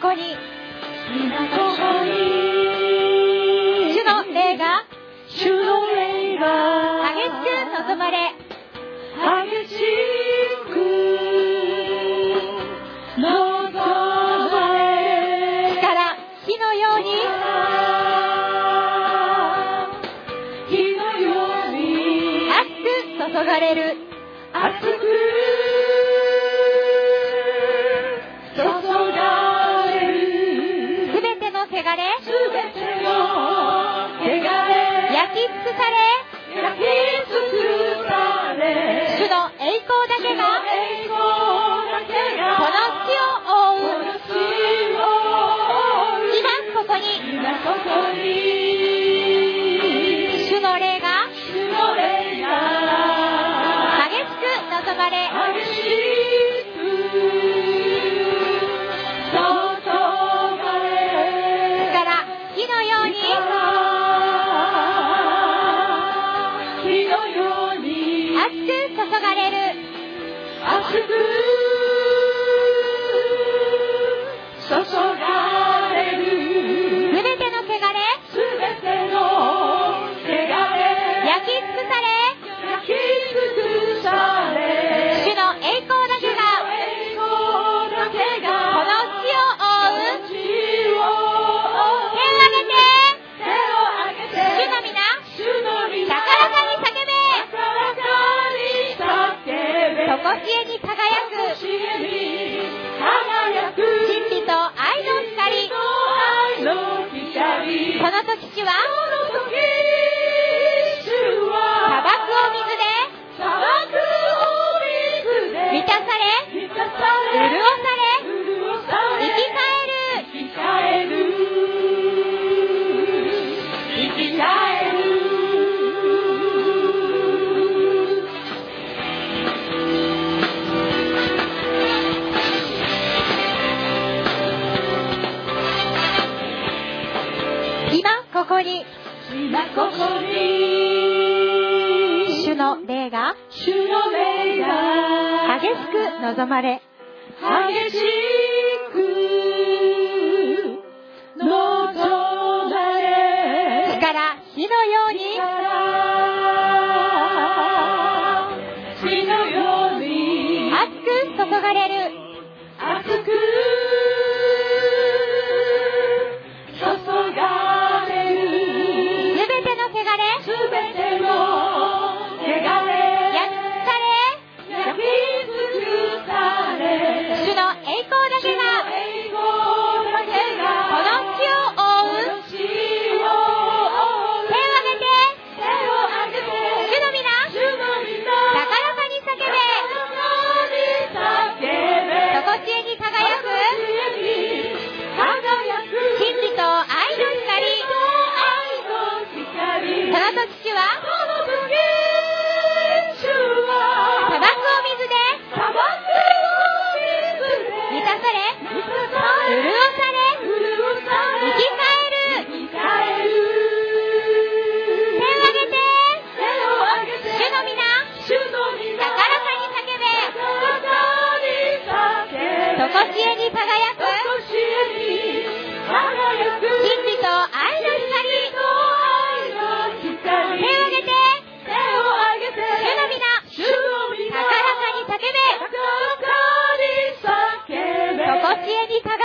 こに主の霊が激しく望まれ火から火のように熱く注がれるすべての汚れ焼き尽くされ主の栄光だけがこの地を覆う今ここに主の霊が激しく注がれ火から火のように熱く注がれるすべての汚れ焼き尽くされ主の栄光だけがこの地を覆う手を挙げて主の皆高らかに叫びましょう主の皆底知恵に輝く真理と愛の光この時主は砂漠を水で満たされ潤され生き返る今ここに主の霊が激しく望まれ激しく望ま火れから火のように火のように熱く注がれる熱く注がれすべるての汚れすべての汚れ焼きさ焼き尽くされ主れの栄光だけが英語だけこがの地を覆う命を手を挙げて手を挙げて主の皆主の皆高らかに叫べ底知恵に輝く真理と愛の光その時主は砂漠を水で満たされ潤され生き返る手を挙げて主の皆高らかに叫べ底知恵に輝く真理と愛の光手を挙げて主の皆高らかに叫べ心地へに輝く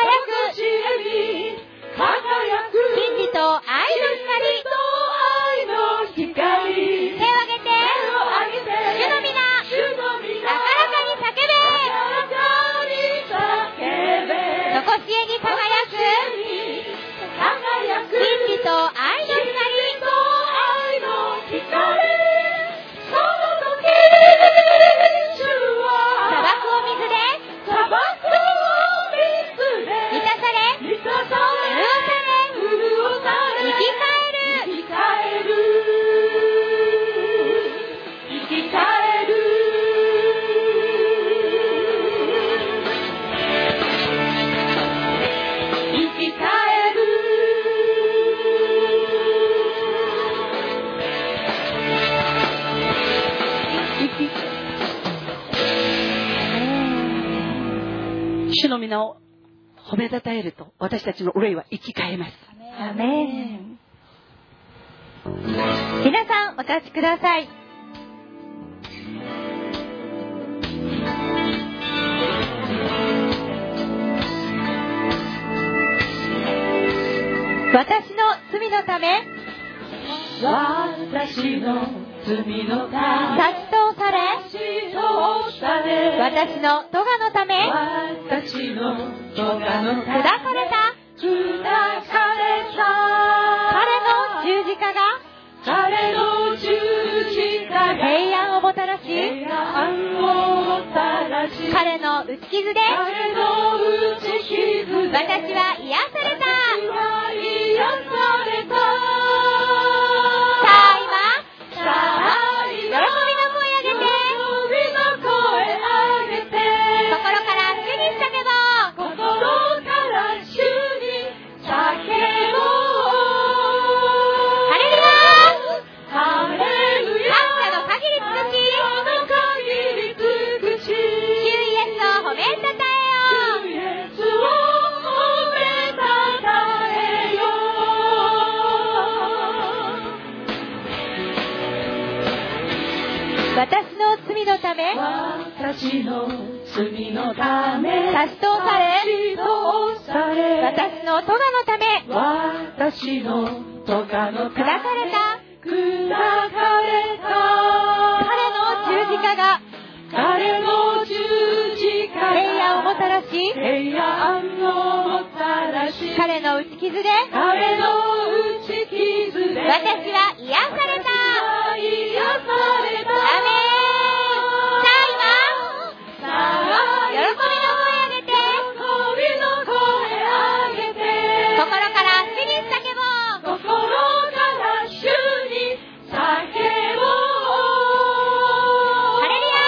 真理と愛の光手を挙げて主の皆高らかに叫べ心地へに輝く真理と愛の光砂漠を水で満たされ潤され生き返る主の皆を褒めたたえると私たちの憂いは生き返りますアメン皆さんお立ちください私の罪のため私の罪のた殺到されめそうされ私の咎のため私の咎の砕たかれため砕かれた彼の十字架が彼の十字架が平安をもたらし平安をもたらし彼の打ち傷で彼の打ち傷私は癒されたで私は癒されたさあ今さあ今喜びの声を上げて喜びの声上げて心から主に叫ぼう心から主に叫ぼうハレルヤハレルヤ感謝の限り尽くし感謝の限り尽くし主イエスを褒めたたえようイエスを褒めたたえよ私の罪のため私の罪のため差し通され差し通され私の咎のため私の咎の砕かれた砕かれた彼の十字架が彼の十字架が平安をもたらし平安をもたらし彼の打ち傷で彼の打ち傷で私は癒されたは癒されたアメンさあ今喜びの声を上げて喜びの声上げて心から主に叫ぼう心から主に叫ぼうハレルヤ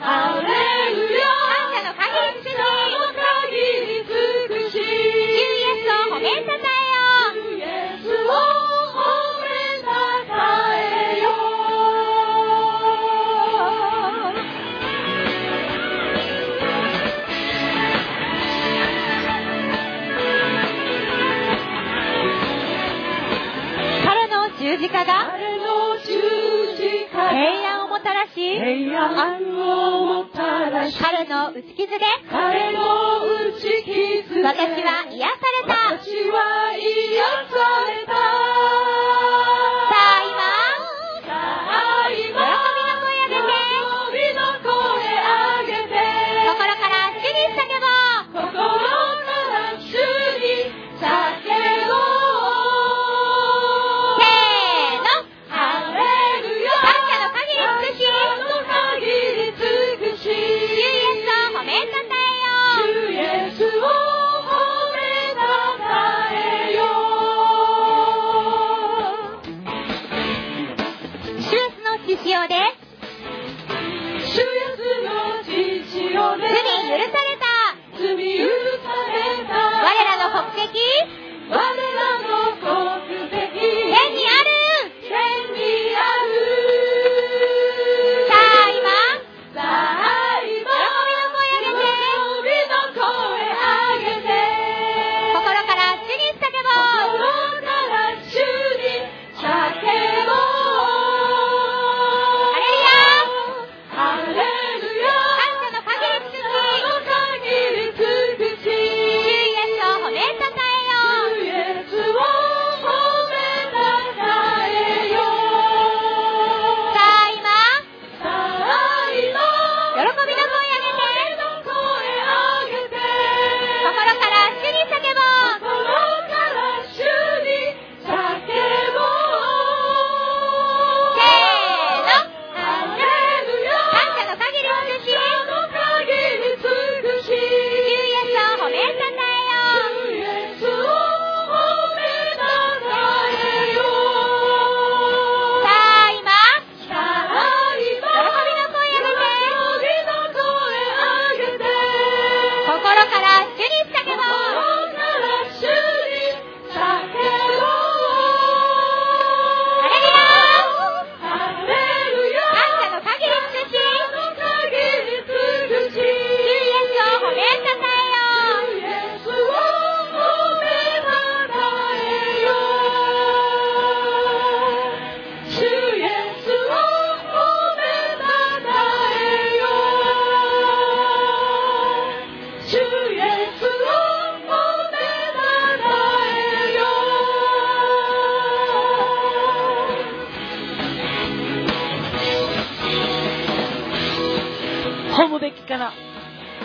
ハレルヤ感謝の限り尽くし感謝の限り尽くし主イエスを褒めたたえようイエスを褒めたたえよ彼の十字架が彼の十字架が平安をもたらし平安をもたらし彼の打ち傷で彼の打ち傷で私は癒された私は癒されたさあさあ今喜びの声上げて今心から主に叫ぼう心から主に叫ぼせーうのハレルヤ感謝の限り尽くし感謝の限り尽くし主イエスを褒めたたえよう主イエスを褒めたたえよう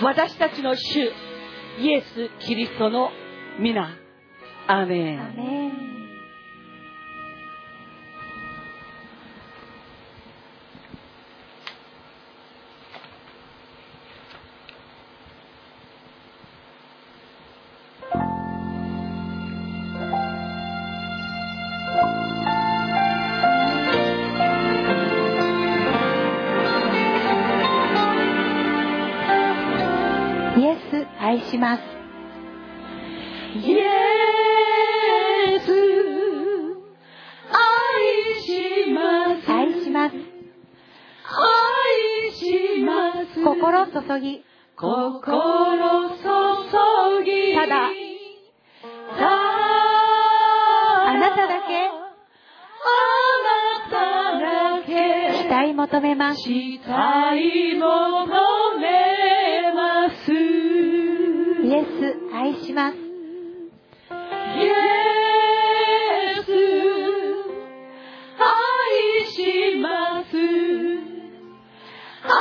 私たちの主イエス・キリストの皆アーメンアメンイエス愛しますイエス愛します愛します愛します心注ぎ心注ぎただただああなただけあなただけ期待求めます期待求めますイエス愛しますイエス愛します愛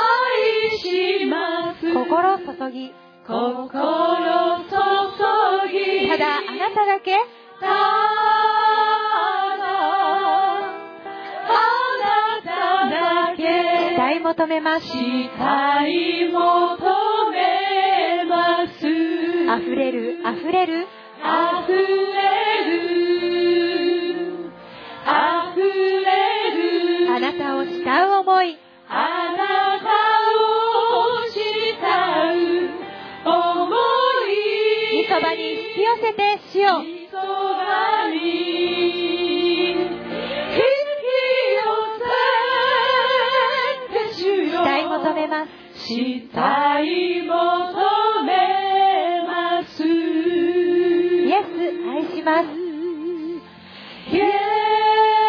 します心注ぎ心注ぎただあなただけただあなただ期け待求めます期待求めます溢れる溢れる溢れる溢れるあなたを慕う思いあなたを慕う思い御そばに引き寄せて主よそばに引き寄せて主期よ待求めます死体求めますイイエス愛しますイエス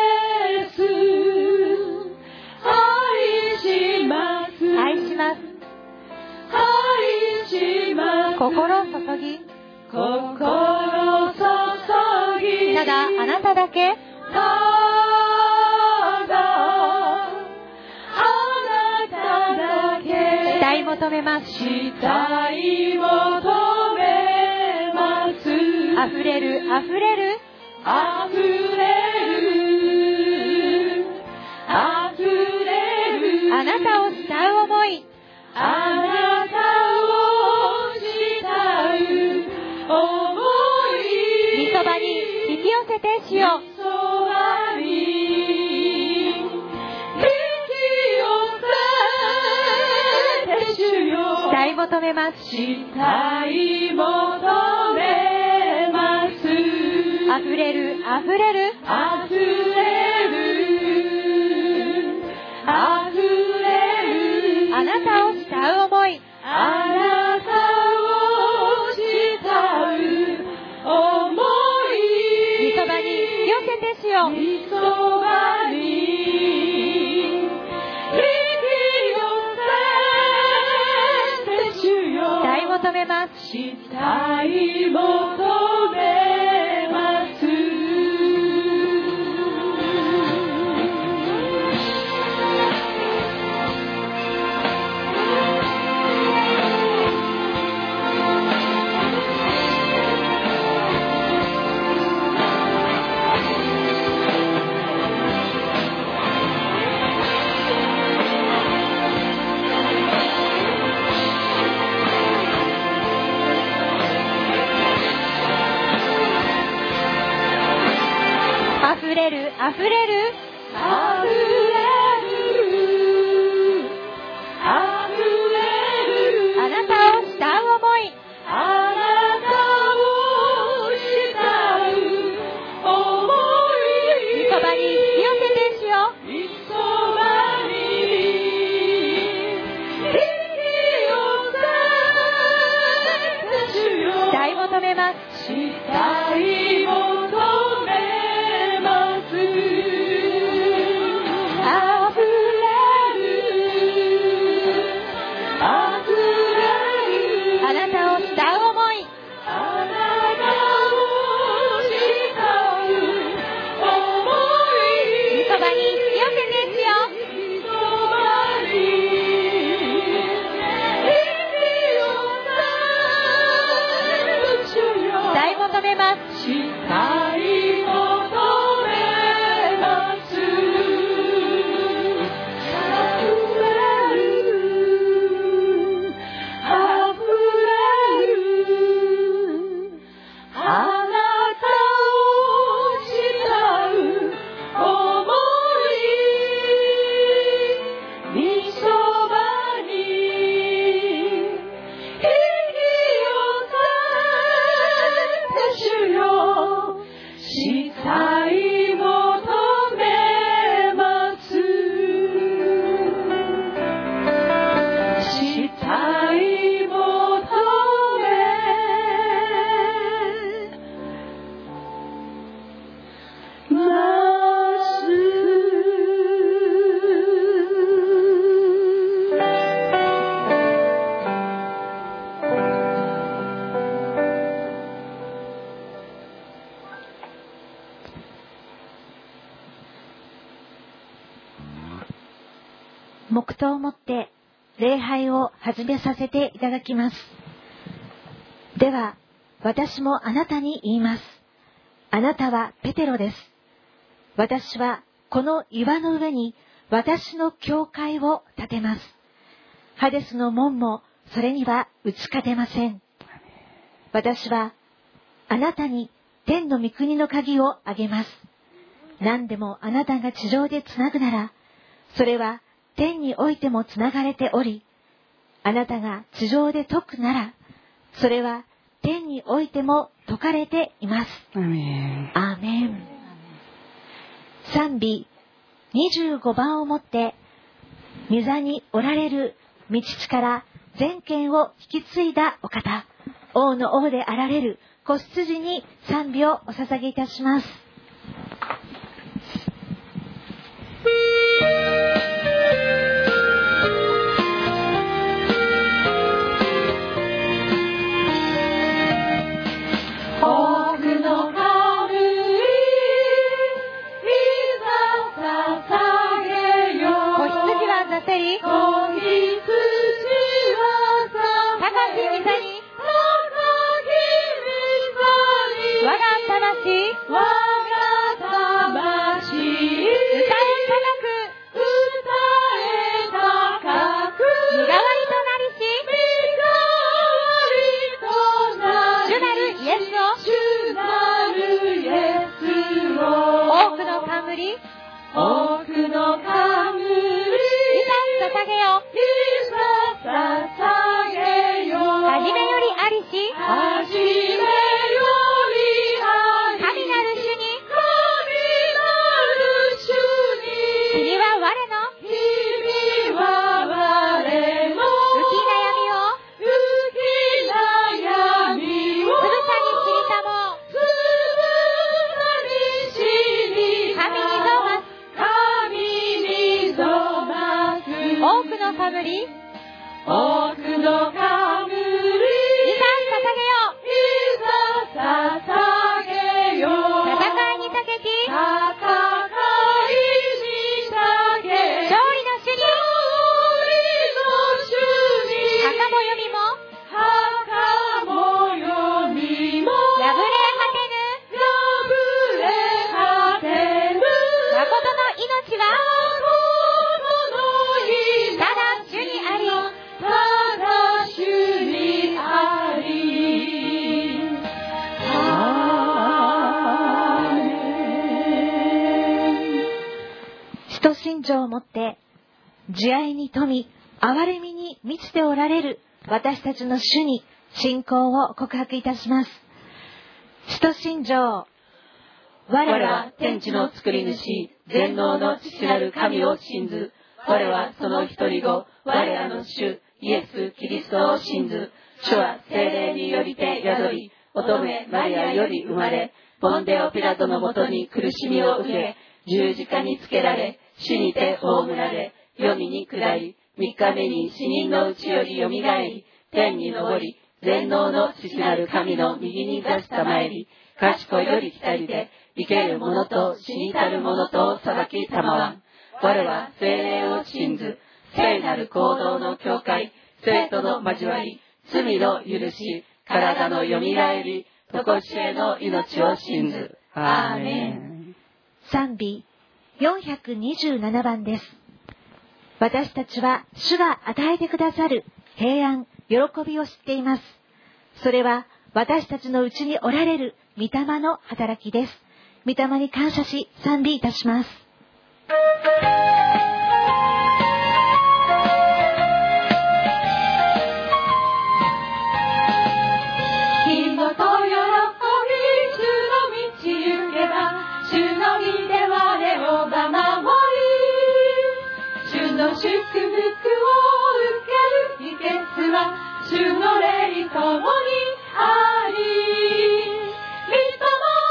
愛します愛します愛します心注ぎ心注ぎただあなただけただあなただ期待け求めます死体求めます溢れる溢れるあふれるあふれるあなたを慕う思いあなたを慕う思い御そばに引き寄せて主よそばに引き寄せて主よ期待求めます期待求めます溢れる溢れるあふれるあふれるあなたを慕う思いあなたを慕う思い御そばに引き寄せて主よみそばに引き寄せて主よ期待求めます期待求めます溢れる溢れるあふれるあふれるあなたを慕う思いあなたを慕う思い御そばに引き寄せて主よいそばに引き寄せて主よ期待求めます期待求めますあふれるあふれるあなたを慕う思いあなたを慕う想いそばに引き寄せですよそばに引き寄めますしたい求めます溢れる溢れるあなたを慕う想いみそばに息を立て主よしたい求めますしたい求めます黙祷をもって礼拝を始めさせていただきます。では、私もあなたに言います。あなたはペテロです。私はこの岩の上に私の教会を建てます。ハデスの門もそれには打ち勝てません。私はあなたに天の御国の鍵をあげます。何でもあなたが地上でつなぐなら、それは天においてもつながれており、あなたが地上で解くなら、それは天においても解かれています。アーメンアーメン。賛美25番をもって、御座におられる道父から全権を引き継いだお方、王の王であられる子羊に賛美をお捧げいたします。奥の軽い膝捧げよ子羊はうザセリ子羊は高高橋き美みさ沙にに高き我がみさに魂我が魂歌歌え歌え高く高く身代わ身代わりとなりし主なるりとなりイエスを主なるイエスを多くの冠に多くの冠捧げよういざ捧げよう初めよりありし初めよりあり神なる主に神なる主に君は我の君は我浮のき悩浮き悩みをみをつぶさに知りたもうつぶさに知りた神にぞます神にぞます多くの冠に多くの時冠間捧いざ捧げげよようう戦いにかけき勝戦いに利捧のげ主に高高ももよよみもみも破れ果てぬ破れ果てる誠の命は誠の命ただ主にありただ主にありアーメン使徒信条をもって慈愛に富み憐れみに満ちておられる私たちの主に信仰を告白いたします使徒信条我は天地の作り主、全能の父なる神を信ず。我はその一人後、我らの主、イエス・キリストを信ず。主は精霊によりて宿り、乙女マリアより生まれ、ボンデオ・ピラトのもとに苦しみを受け、十字架につけられ、死にて葬られ、黄泉に下り、三日目に死人のうちより蘇り、天に昇り、全能の父なる神の右に座したまえり、賢いより左で、生ける者と死に至る者とを裁きたまわん。我は精霊を信ず、聖なる行動の境界、生徒の交わり、罪の許し、体のよみがえり、とこしえの命を信ず。アーメン。賛美427番です。私たちは主が与えてくださる平安、喜びを知っています。それは私たちのうちにおられる御霊の働きです。御霊に感謝し賛美いたします。金ごと喜び主の道行けば主の身で我を守り主の祝福を受ける秘訣は主の霊ともにあり御霊と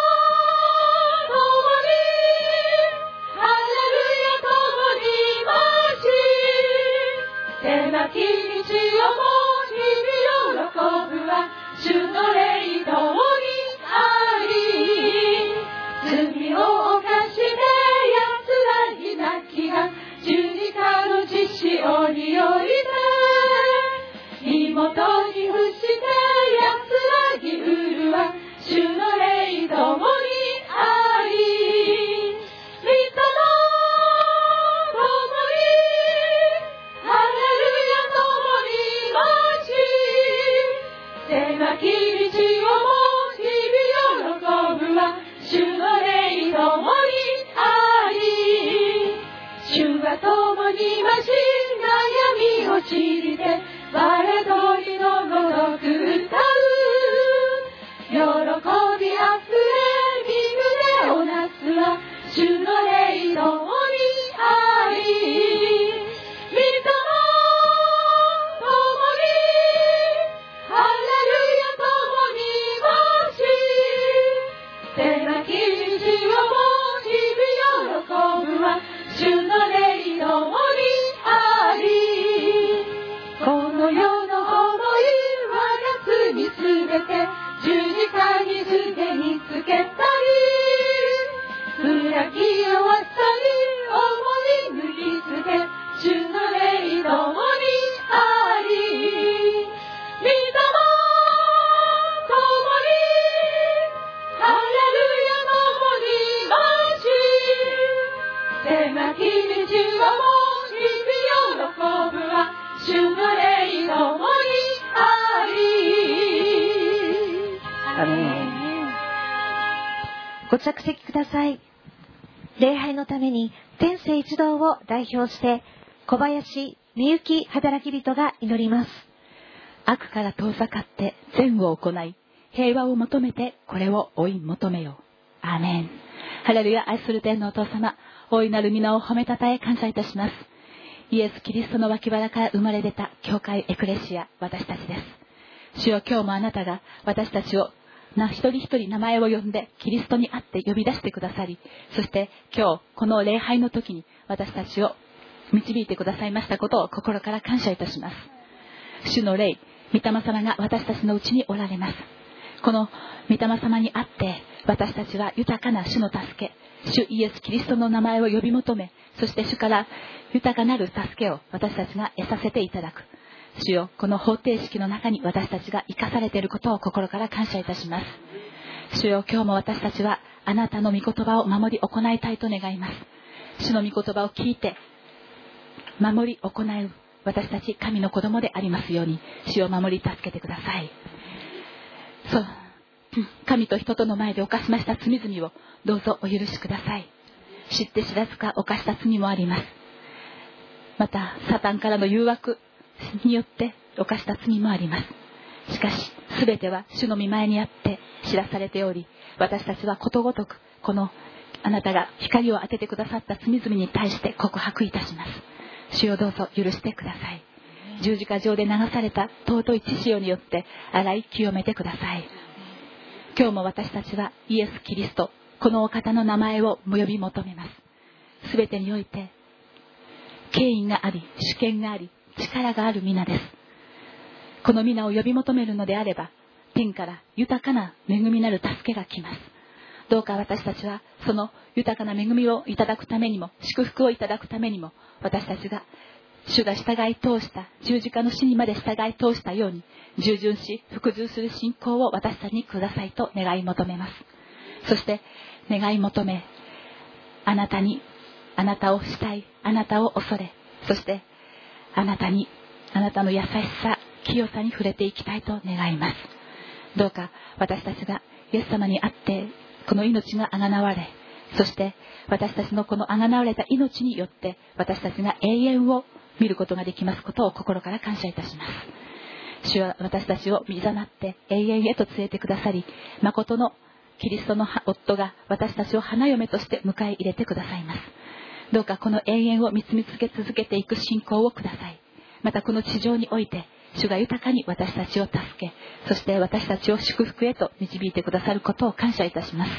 もにハレルヤともに待ち狭き道をも日々喜ぶは主の霊ともにあり罪を犯して奴らに泣きが十字架の実施をにおいて妹に伏して奴らに売るは主の霊ともにあり御霊ともにハレルヤともに待ち狭き道をも日々喜ぶは主の霊ともにあり主は共にまし悩みを知りて我とりのごとく歌う喜びあふれ身胸をなすは主の霊ともにあり御霊ともにハレルヤともに待ち手巻き道をも日々喜ぶは主の霊ともにありこの世の思いは罪すべて十字架にすでにつけたり裏きをあっさり思い脱ぎ捨て主の霊ともにあり御霊ともにハレルヤともに待ち狭き道をも日々喜ぶは主の霊ともにありアーメン。ご着席ください。礼拝のために天聖一同を代表して小林みゆき働き人が祈ります。悪から遠ざかって善を行い平和を求めてこれを追い求めようアーメンハレルヤ愛する天のお父様大いなる皆を褒めたたえ感謝いたしますイエス・キリストの脇腹から生まれ出た教会エクレシア私たちです主よ今日もあなたが私たちをな一人一人名前を呼んでキリストに会って呼び出してくださりそして今日この礼拝の時に私たちを導いてくださいましたことを心から感謝いたします主の霊御霊様が私たちのうちにおられますこの御霊様にあって私たちは豊かな主の助け主イエス・キリストの名前を呼び求めそして主から豊かなる助けを私たちが得させていただく主よこの方程式の中に私たちが生かされていることを心から感謝いたします主よ今日も私たちはあなたの御言葉を守り行いたいと願います主の御言葉を聞いて守り行う私たち神の子供でありますように主を守り助けてくださいそう神と人との前で犯しました罪々をどうぞお許しください知って知らずか犯した罪もありますまたサタンからの誘惑によって犯した罪もありますしかし全ては主の御前にあって知らされており私たちはことごとくこのあなたが光を当ててくださった罪々に対して告白いたします主をどうぞ許してください十字架上で流された尊い血潮によって洗い清めてください今日も私たちはイエス・キリストこのお方の名前を呼び求めますすべてにおいて権威があり主権があり力がある皆ですこの皆を呼び求めるのであれば天から豊かな恵みなる助けが来ますどうか私たちはその豊かな恵みをいただくためにも祝福をいただくためにも私たちが主が従い通した十字架の死にまで従い通したように従順し服従する信仰を私たちにくださいと願い求めますそして願い求めあなたにあなたをしたいあなたを恐れそしてあなたにあなたの優しさ清さに触れていきたいと願いますどうか私たちがイエス様にあってこの命があがなわれそして私たちのこのあがなわれた命によって私たちが永遠を見ることができますことを心から感謝いたします主は私たちを見ざなって永遠へと連れてくださり誠のキリストの夫が私たちを花嫁として迎え入れてくださいますどうかこの永遠を見つめ続け続けていく信仰をくださいまたこの地上において主が豊かに私たちを助けそして私たちを祝福へと導いてくださることを感謝いたします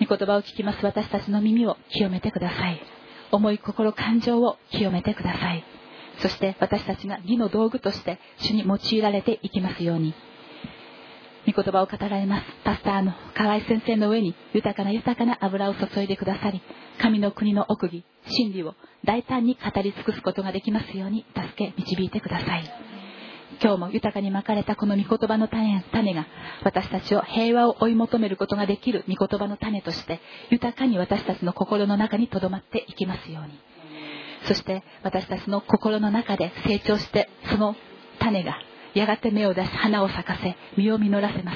御言葉を聞きます私たちの耳を清めてください思い心感情を清めてくださいそして私たちが義の道具として主に用いられていきますように御言葉を語られますパスターの河合先生の上に豊かな豊かな油を注いでくださり神の国の奥義真理を大胆に語り尽くすことができますように助け導いてください今日も豊かにまかれたこの御言葉の種種が私たちを平和を追い求めることができる御言葉の種として豊かに私たちの心の中にとどまっていきますようにそして私たちの心の中で成長してその種がやがて芽を出し花を咲かせ実を実らせま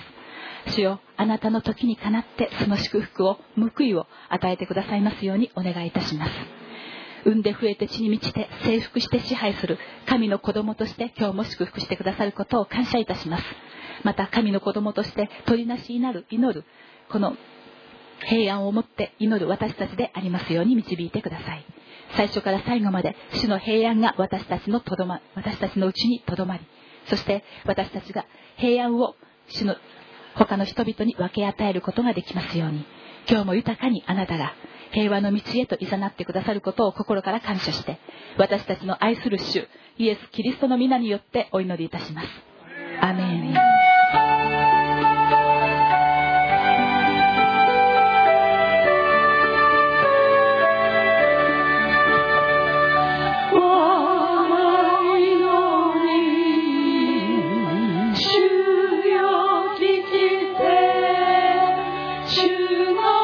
す主よあなたの時にかなってその祝福を報いを与えてくださいますようにお願いいたします産んで増えて地に満ちて征服して支配する神の子供として今日も祝福してくださることを感謝いたしますまた神の子供として取りなしになる祈るこの平安をもって祈る私たちでありますように導いてください最初から最後まで主の平安が私たちのとどま私たちのうちにとどまりそして私たちが平安を主の他の人々に分け与えることができますように今日も豊かにあなたが平和の道へと誘ってくださることを心から感謝して私たちの愛する主イエス・キリストの皆によってお祈りいたします。アメン主よ聞きて主の